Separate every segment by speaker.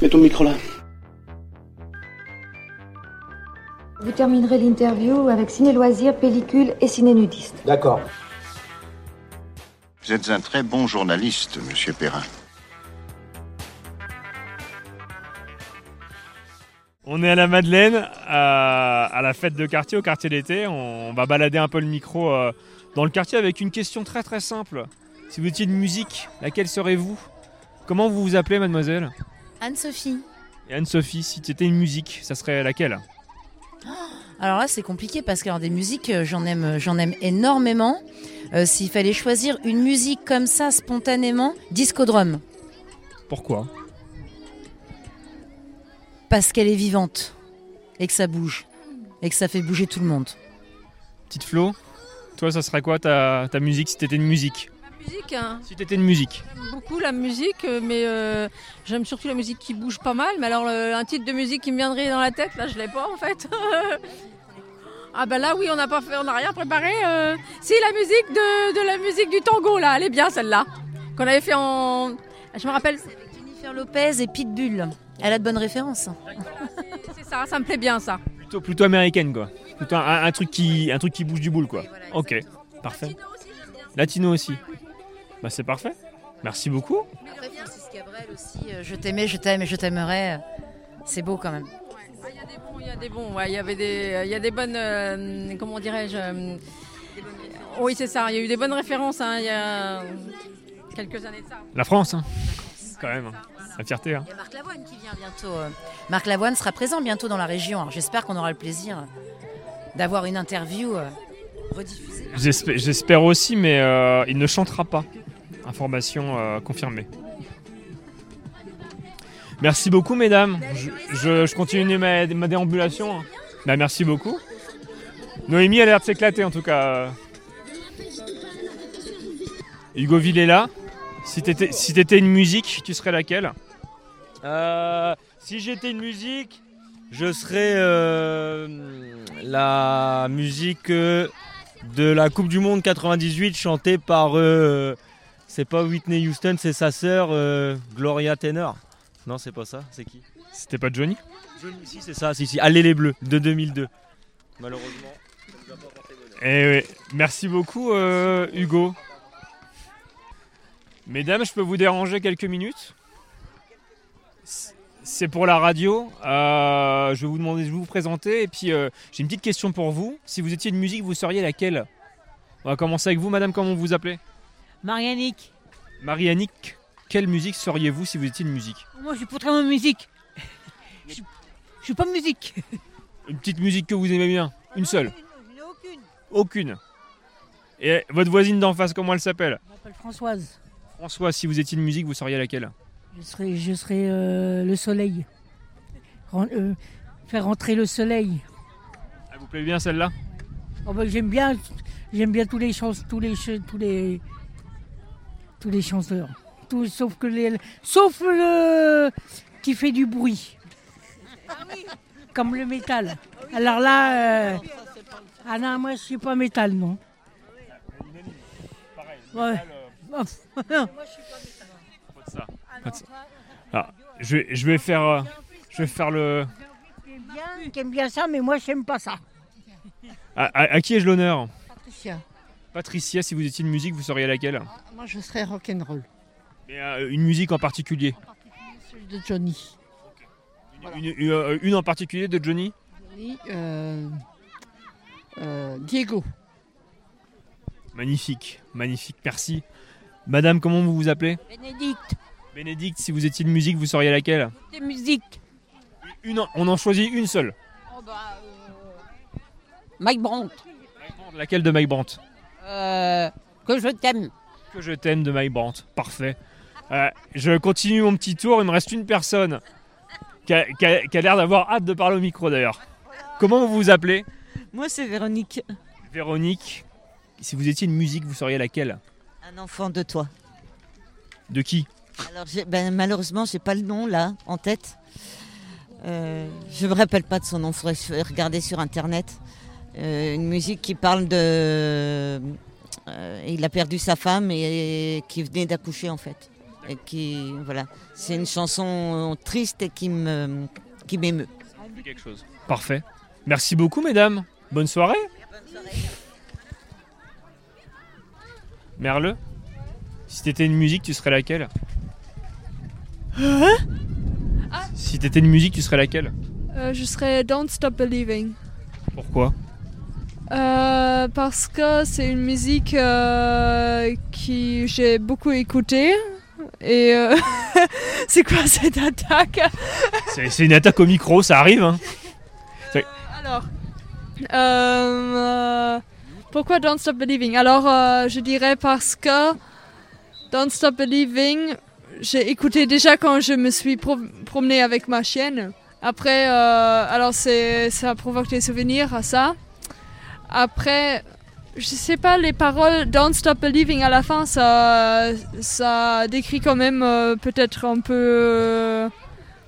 Speaker 1: Mets ton micro là.
Speaker 2: Vous terminerez l'interview avec ciné loisirs, pellicules et ciné nudiste.
Speaker 3: D'accord.
Speaker 4: Vous êtes un très bon journaliste, monsieur Perrin.
Speaker 5: On est à la Madeleine, à, à la fête de quartier, au quartier d'été. On, on va balader un peu le micro euh, dans le quartier avec une question très très simple. Si vous étiez une musique, laquelle serez-vous Comment vous vous appelez, mademoiselle
Speaker 6: Anne-Sophie.
Speaker 5: Et Anne-Sophie, si tu étais une musique, ça serait laquelle
Speaker 6: Alors là, c'est compliqué parce que alors, des musiques, euh, j'en aime, j'en aime énormément. Euh, S'il fallait choisir une musique comme ça, spontanément, discodrome,
Speaker 5: Pourquoi
Speaker 6: parce qu'elle est vivante et que ça bouge et que ça fait bouger tout le monde.
Speaker 5: Petite Flo, toi, ça serait quoi ta, ta musique si t'étais une musique
Speaker 7: musique, hein.
Speaker 5: Si t'étais une musique
Speaker 7: j'aime beaucoup la musique, euh, mais euh, j'aime surtout la musique qui bouge pas mal. Mais alors, le- un titre de musique qui me viendrait dans la tête, là, je l'ai pas en fait. ah bah là, oui, on n'a pas fait, on n'a rien préparé. euh. Si la musique de, de la musique du tango, là, elle est bien celle-là, qu'on avait fait en, je me rappelle,
Speaker 6: Jennifer Lopez et Pitbull. Elle a de bonnes références. hein.
Speaker 7: c'est ça, ça me plaît bien ça.
Speaker 5: Plutôt, plutôt américaine, quoi. Plutôt un, un truc qui, un truc qui bouge du boule, quoi. Ok, parfait. Latino aussi. Bah, c'est parfait. Merci beaucoup.
Speaker 6: euh, Je t'aimais, je t'aime et je t'aimerais. C'est beau quand même.
Speaker 7: Ah, Il y a des bons, il y a des bons, ouais, il y avait des, il y a des bonnes, euh, comment dirais-je, euh, oui c'est ça, il y a eu des bonnes références, hein, il y a quelques années de ça.
Speaker 5: La France, hein. Quand même. hein. La fierté, hein.
Speaker 6: Il y a Marc Lavoine qui vient bientôt. euh. Marc Lavoine sera présent bientôt dans la région. Alors, J'espère qu'on aura le plaisir euh, d'avoir une interview euh, rediffusée.
Speaker 5: J'espère j'espère aussi, mais euh, il ne chantera pas. Information euh, confirmée. Merci beaucoup, mesdames. Je, je- je continue ma, ma déambulation. Bah, merci beaucoup. Noémie a l'air de s'éclater, en tout cas. euh. Hugo Villela, si t'étais si t'étais une musique, tu serais laquelle
Speaker 8: Euh, si j'étais une musique, je serais euh, la musique euh, de la Coupe du Monde 98 chantée par, euh, c'est pas Whitney Houston, c'est sa sœur euh, Gloria Taylor. Non, c'est pas ça, c'est qui
Speaker 5: C'était pas Johnny
Speaker 8: Johnny, si, c'est ça, si, si. Allez les Bleus, de 2002. Malheureusement.
Speaker 5: Eh oui. Merci beaucoup, euh, Hugo. Mesdames, je peux vous déranger quelques minutes C- C'est pour la radio. Euh, je vais vous demander de vous présenter. Et puis, euh, j'ai une petite question pour vous. Si vous étiez une musique, vous seriez laquelle On va commencer avec vous, madame. Comment vous vous appelez
Speaker 9: Marianique,
Speaker 5: Marie-Annick. Quelle musique seriez-vous si vous étiez une musique
Speaker 9: moi je suis pas très bonne en musique. Je, suis- je suis pas musique.
Speaker 5: Une petite musique que vous aimez bien Une seule
Speaker 9: Je n'ai aucune.
Speaker 5: Aucune. Et votre voisine d'en face, comment elle s'appelle
Speaker 9: Je m'appelle Françoise.
Speaker 5: François, si vous étiez une musique, vous seriez laquelle
Speaker 9: Je serai, je serai euh, le soleil. Ren- euh, faire rentrer le soleil.
Speaker 5: Elle vous plaît bien celle-là
Speaker 9: Oh ben, j'aime bien, j'aime bien tous les chans- tous les ch- tous les tous les chanteurs. Tout- sauf que les, sauf le qui fait du bruit.
Speaker 10: Ah
Speaker 9: Comme le métal. Alors là, euh, ah non, moi je suis pas métal non. Ouais. Oh, non.
Speaker 5: Pas de ça. Pas de ça. Alors, Ah, je, vais- je vais faire, euh, je vais faire le.
Speaker 9: J'aime bien, j'aime bien ça, mais moi j'aime pas ça.
Speaker 5: À, à- à qui ai-je l'honneur
Speaker 10: Patricia,
Speaker 5: Patricia, si vous étiez une musique, vous seriez laquelle
Speaker 10: moi je serais rock'n'roll,
Speaker 5: Mais, euh, Une musique en particulier.
Speaker 10: celui de Johnny.
Speaker 5: Une, une- euh, une en particulier de Johnny
Speaker 10: Johnny, euh, euh, Diego,
Speaker 5: Magnifique, magnifique, merci. Madame, comment vous vous appelez
Speaker 9: Bénédicte,
Speaker 5: Bénédicte, si vous étiez une musique, vous seriez laquelle
Speaker 9: des musiques.
Speaker 5: une en- On en choisit une seule.
Speaker 11: Mike Brandt,
Speaker 5: Laquelle de Mike Brandt
Speaker 11: euh, que je t'aime.
Speaker 5: Que je t'aime de Mike Brandt. Parfait. Euh, je continue mon petit tour. Il me reste une personne qui a, qui a- qui a l'air d'avoir hâte de parler au micro d'ailleurs. Comment vous vous appelez
Speaker 12: Moi, c'est Véronique.
Speaker 5: Véronique. Si vous étiez une musique, vous seriez laquelle
Speaker 12: Un enfant de toi.
Speaker 5: De qui
Speaker 12: Alors, j'ai- ben, malheureusement, j'ai pas le nom là en tête. Euh, je me rappelle pas de son nom. Faudrait se- regarder sur internet. Euh, une musique qui parle de. euh, il a perdu sa femme et, qui venait d'accoucher en fait.
Speaker 8: et qui voilà, c'est une chanson euh, triste et qui me qui m'émeut.
Speaker 5: quelque chose. Parfait. Merci beaucoup, mesdames. Bonne soirée. Merle, si t'étais une musique, tu serais laquelle Si t'étais une musique, tu serais laquelle
Speaker 7: Euh, je serais Don't Stop Believing.
Speaker 5: Pourquoi
Speaker 7: Euh, parce que c'est une musique euh, qui j'ai beaucoup écoutée. Et euh, c'est quoi cette attaque
Speaker 5: C'est c'est une attaque au micro, ça arrive. hein.
Speaker 7: Alors, euh, euh, pourquoi Don't Stop Believing Alors, euh, je dirais parce que Don't Stop Believing, j'ai écouté déjà quand je me suis pro- promenée avec ma chienne. Après, euh, alors c'est, ça provoque des souvenirs à ça. Après, je sais pas, les paroles Don't Stop Believing à la fin, ça, ça décrit quand même euh, peut-être un peu. euh,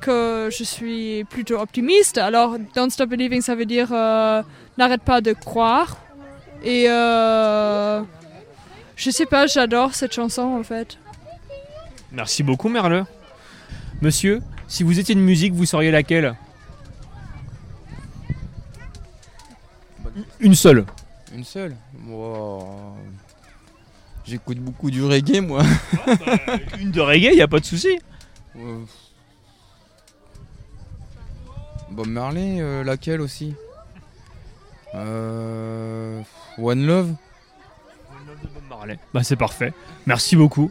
Speaker 7: que je suis plutôt optimiste. Alors, don't stop believing, ça veut dire euh, n'arrête pas de croire. Et euh, je sais pas, j'adore cette chanson en fait.
Speaker 5: Merci beaucoup, Merle. Monsieur, si vous étiez une musique, vous seriez laquelle Une seule.
Speaker 13: Une seule Wow. J'écoute beaucoup du reggae, moi.
Speaker 5: une de reggae, y a pas de souci.
Speaker 13: Euh, Bob Marley, euh, laquelle aussi Euh, One Love
Speaker 5: Bah c'est parfait. Merci beaucoup.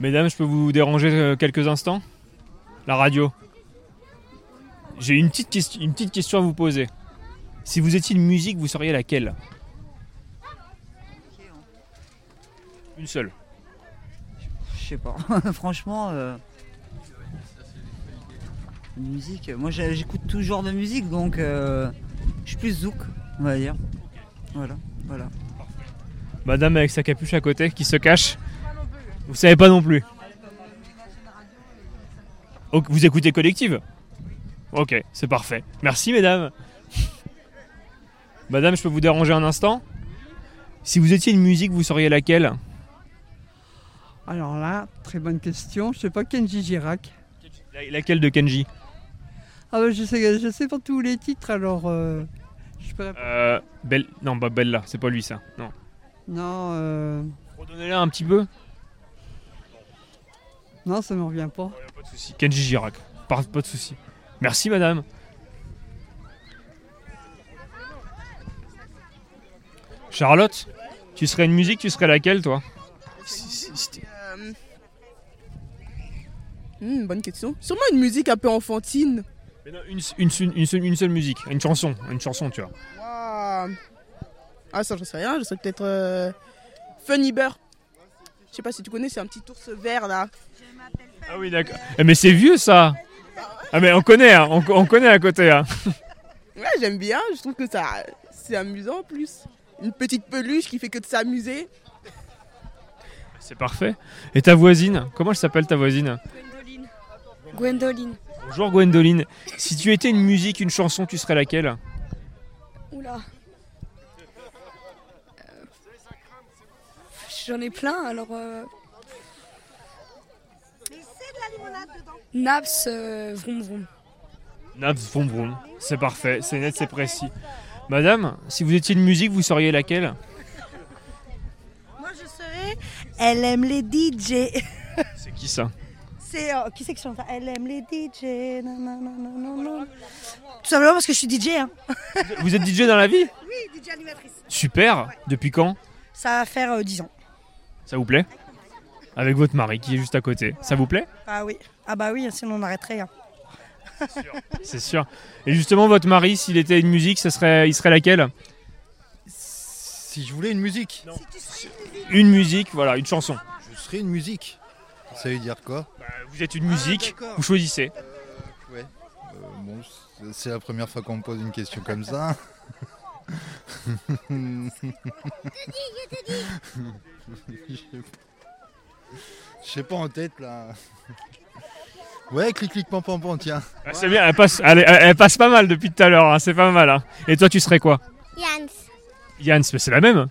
Speaker 5: Mesdames, je peux vous déranger euh, quelques instants La radio. J'ai une petite, question, une petite question à vous poser. Si vous étiez une musique, vous seriez laquelle Une seule.
Speaker 14: Je sais pas. Franchement, euh, une musique. Moi, j'ai- j'écoute tout genre de musique, donc euh, je suis plus zouk, on va dire. Voilà, voilà.
Speaker 5: Madame avec sa capuche à côté qui se cache. Vous savez pas non plus. Ok, Vous écoutez collective Ok, c'est parfait. Merci mesdames. Madame, je peux vous déranger un instant Si vous étiez une musique, vous seriez laquelle
Speaker 15: Alors là, très bonne question. Je sais pas Kenji Girac.
Speaker 5: La- Laquelle de Kenji
Speaker 15: Ah bah, je sais, je sais pas tous les titres. Alors euh, je peux répondre.
Speaker 5: euh, Belle... Non, pas Bella, c'est pas lui ça. Non.
Speaker 15: Non, euh,
Speaker 5: Redonnez-la un petit peu.
Speaker 15: non, ça me revient pas.
Speaker 5: Si, Kenji Girac. Par- Pas de souci. Merci madame. Charlotte, tu serais une musique, tu serais laquelle toi
Speaker 16: Euh, hmm, bonne question. Sûrement une musique un peu enfantine.
Speaker 5: Une, une seule- une seule, une seule musique, une chanson, une chanson, tu vois.
Speaker 16: Ouah. Ah, ça, j'en sais rien. Je serais peut-être euh, Funny Bear. Je sais pas si tu connais, c'est un petit ours vert là.
Speaker 5: Ah oui, d'accord. Eh, mais c'est vieux ça Ah mais on connaît, hein, on, on connaît à côté. hein.
Speaker 16: Ouais, j'aime bien. Je trouve que ça, c'est amusant en plus. Une petite peluche qui fait que de s'amuser.
Speaker 5: C'est parfait. Et ta voisine, comment elle s'appelle ta voisine
Speaker 17: Gwendoline.
Speaker 5: Bonjour Gwendoline. Si tu étais une musique, une chanson, tu serais laquelle
Speaker 17: Oula. Euh, J'en ai plein, alors. Euh... Naps, euh, vroom vroom.
Speaker 5: Naps Vroom Vroom. C'est parfait, c'est net, c'est précis. Madame, si vous étiez une musique, vous seriez laquelle
Speaker 18: Moi, je serais. Elle aime les DJ.
Speaker 5: C'est qui ça
Speaker 18: C'est. euh, qui c'est qui chante ça Elle aime les DJ. nan, nan, nan, nan, nan, nan. Tout simplement parce que je suis DJ. hein.
Speaker 5: Vous êtes DJ dans la vie
Speaker 18: Oui, DJ animatrice.
Speaker 5: Super. Depuis quand
Speaker 18: Ça va faire euh, 10 ans.
Speaker 5: Ça vous plaît Avec votre mari qui est juste à côté. Ça vous plaît
Speaker 18: Ah oui. Ah bah oui, sinon on arrêterait. hein.
Speaker 5: C'est sûr. Et justement, votre mari, s'il était une musique, ça serait, il serait laquelle
Speaker 3: Si je voulais une musique.
Speaker 5: Une musique, voilà, une chanson.
Speaker 3: Je serais une musique. Ça veut dire quoi
Speaker 5: Vous êtes une musique, vous choisissez.
Speaker 3: Ouais. Euh, bon, c'est- c'est la première fois qu'on me pose une question comme ça. Je sais pas. Je sais pas en tête là. Ouais, clic clic pam pam pam, tiens.
Speaker 5: Ah, c'est bien, elle passe, elle, elle- elle passe pas mal depuis tout à l'heure, hein, c'est pas mal. hein. Et toi, tu serais quoi
Speaker 19: Yann.
Speaker 5: Yann, c'est c'est la même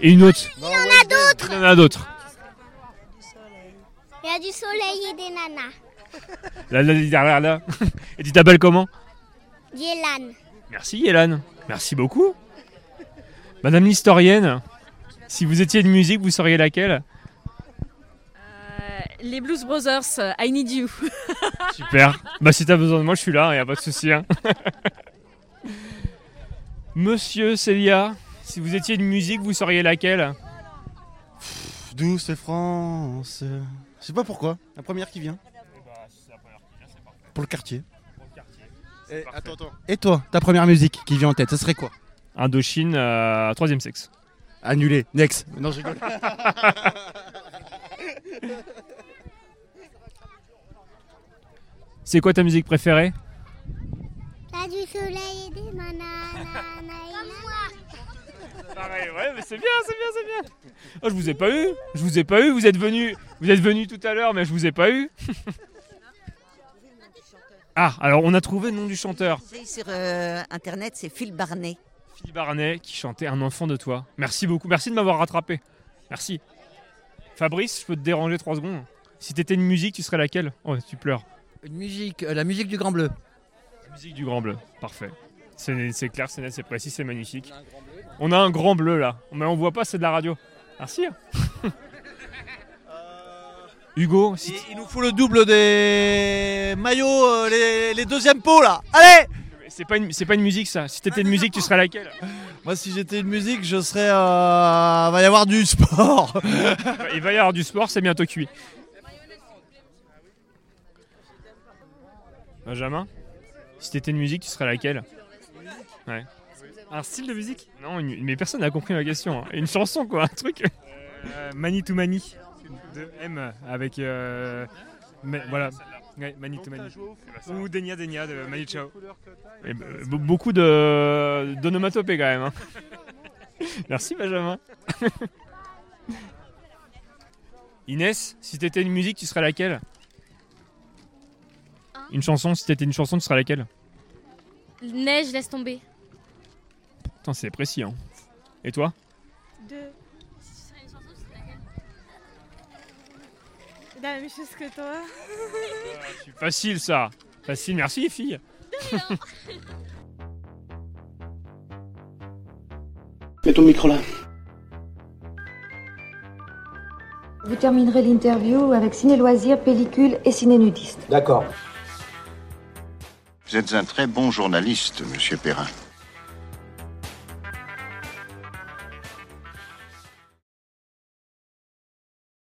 Speaker 5: Et une autre
Speaker 19: Il y en a d'autres
Speaker 5: Il y en a d'autres.
Speaker 19: Il y a du soleil et des nanas.
Speaker 5: Là, là, là, là, là. Et tu t'appelles comment
Speaker 19: Yélan.
Speaker 5: Merci Yélane. Merci beaucoup. Madame l'historienne, si vous étiez une musique, vous seriez laquelle
Speaker 20: Les Blues Brothers, euh, I Need You.
Speaker 5: Super. Bah si t'as besoin de moi, je suis là, y a pas de souci. hein. Monsieur Célia, si vous étiez une musique, vous seriez laquelle
Speaker 3: Pff, Douce France. Je sais pas pourquoi. La première qui vient. Pour le quartier.
Speaker 21: Eh,
Speaker 5: Attends, attends.
Speaker 3: Et toi, ta première musique qui vient en tête, ça serait quoi
Speaker 5: Indochine, euh, troisième sexe.
Speaker 3: Annulé, next. Non, je rigole.
Speaker 5: C'est quoi ta musique préférée
Speaker 19: Il y a du soleil et des nanas.
Speaker 5: Pareil, ouais, mais c'est bien, c'est bien, c'est bien. Oh, je vous ai pas eu, je vous ai pas eu, vous êtes venu, vous êtes venu tout à l'heure, mais je vous ai pas eu. ah, alors on a trouvé le nom du chanteur,
Speaker 8: C'est Sur euh, Internet, c'est Phil Barnet.
Speaker 5: Phil Barnet, qui chantait Un enfant de toi. Merci beaucoup, merci de m'avoir rattrapé. Merci. Fabrice, je peux te déranger trois secondes. Si t'étais une musique, tu serais laquelle Oh, tu pleures.
Speaker 22: Une musique, euh, la musique du Grand Bleu.
Speaker 5: Musique du Grand Bleu, parfait. C'est c'est clair, c'est net, c'est précis, c'est magnifique. On a un grand bleu là, mais on voit pas, c'est de la radio. Merci. Hugo, si
Speaker 21: Il nous faut le double des maillots, euh, les, les deuxièmes pots là. Allez
Speaker 5: C'est pas, une- c'est pas une musique ça. Si t'étais une musique, tu serais laquelle
Speaker 21: Moi, si j'étais une musique, je serais. euh, Va y avoir du sport.
Speaker 5: Il va y avoir du sport, c'est bientôt cuit. Benjamin, si t'étais une musique, tu serais laquelle Ouais.
Speaker 23: Un style de musique
Speaker 5: Non, une- mais personne n'a compris ma question. hein. Une chanson quoi, un truc.
Speaker 23: Euh, Mani to Mani de M avec. euh, mais- voilà. Ouais, Mani to Mani. Ou Denia Denia de Mani Chao.
Speaker 5: Et be- be- beaucoup de d'onomatopées quand même. hein. Merci Benjamin. Inès, si t'étais une musique, tu serais laquelle
Speaker 24: Hein
Speaker 5: Une chanson, si t'étais une chanson, tu serais laquelle
Speaker 25: Neige, laisse tomber.
Speaker 5: Putain, c'est précis. Hein. Et toi
Speaker 24: Deux. La même chose que toi.
Speaker 5: Ah, Facile ça. Facile, merci fille.
Speaker 2: Mets ton micro là. Vous terminerez l'interview avec Ciné Loisirs, Pellicule et Ciné Nudiste.
Speaker 4: D'accord. Vous êtes un très bon journaliste, monsieur Perrin.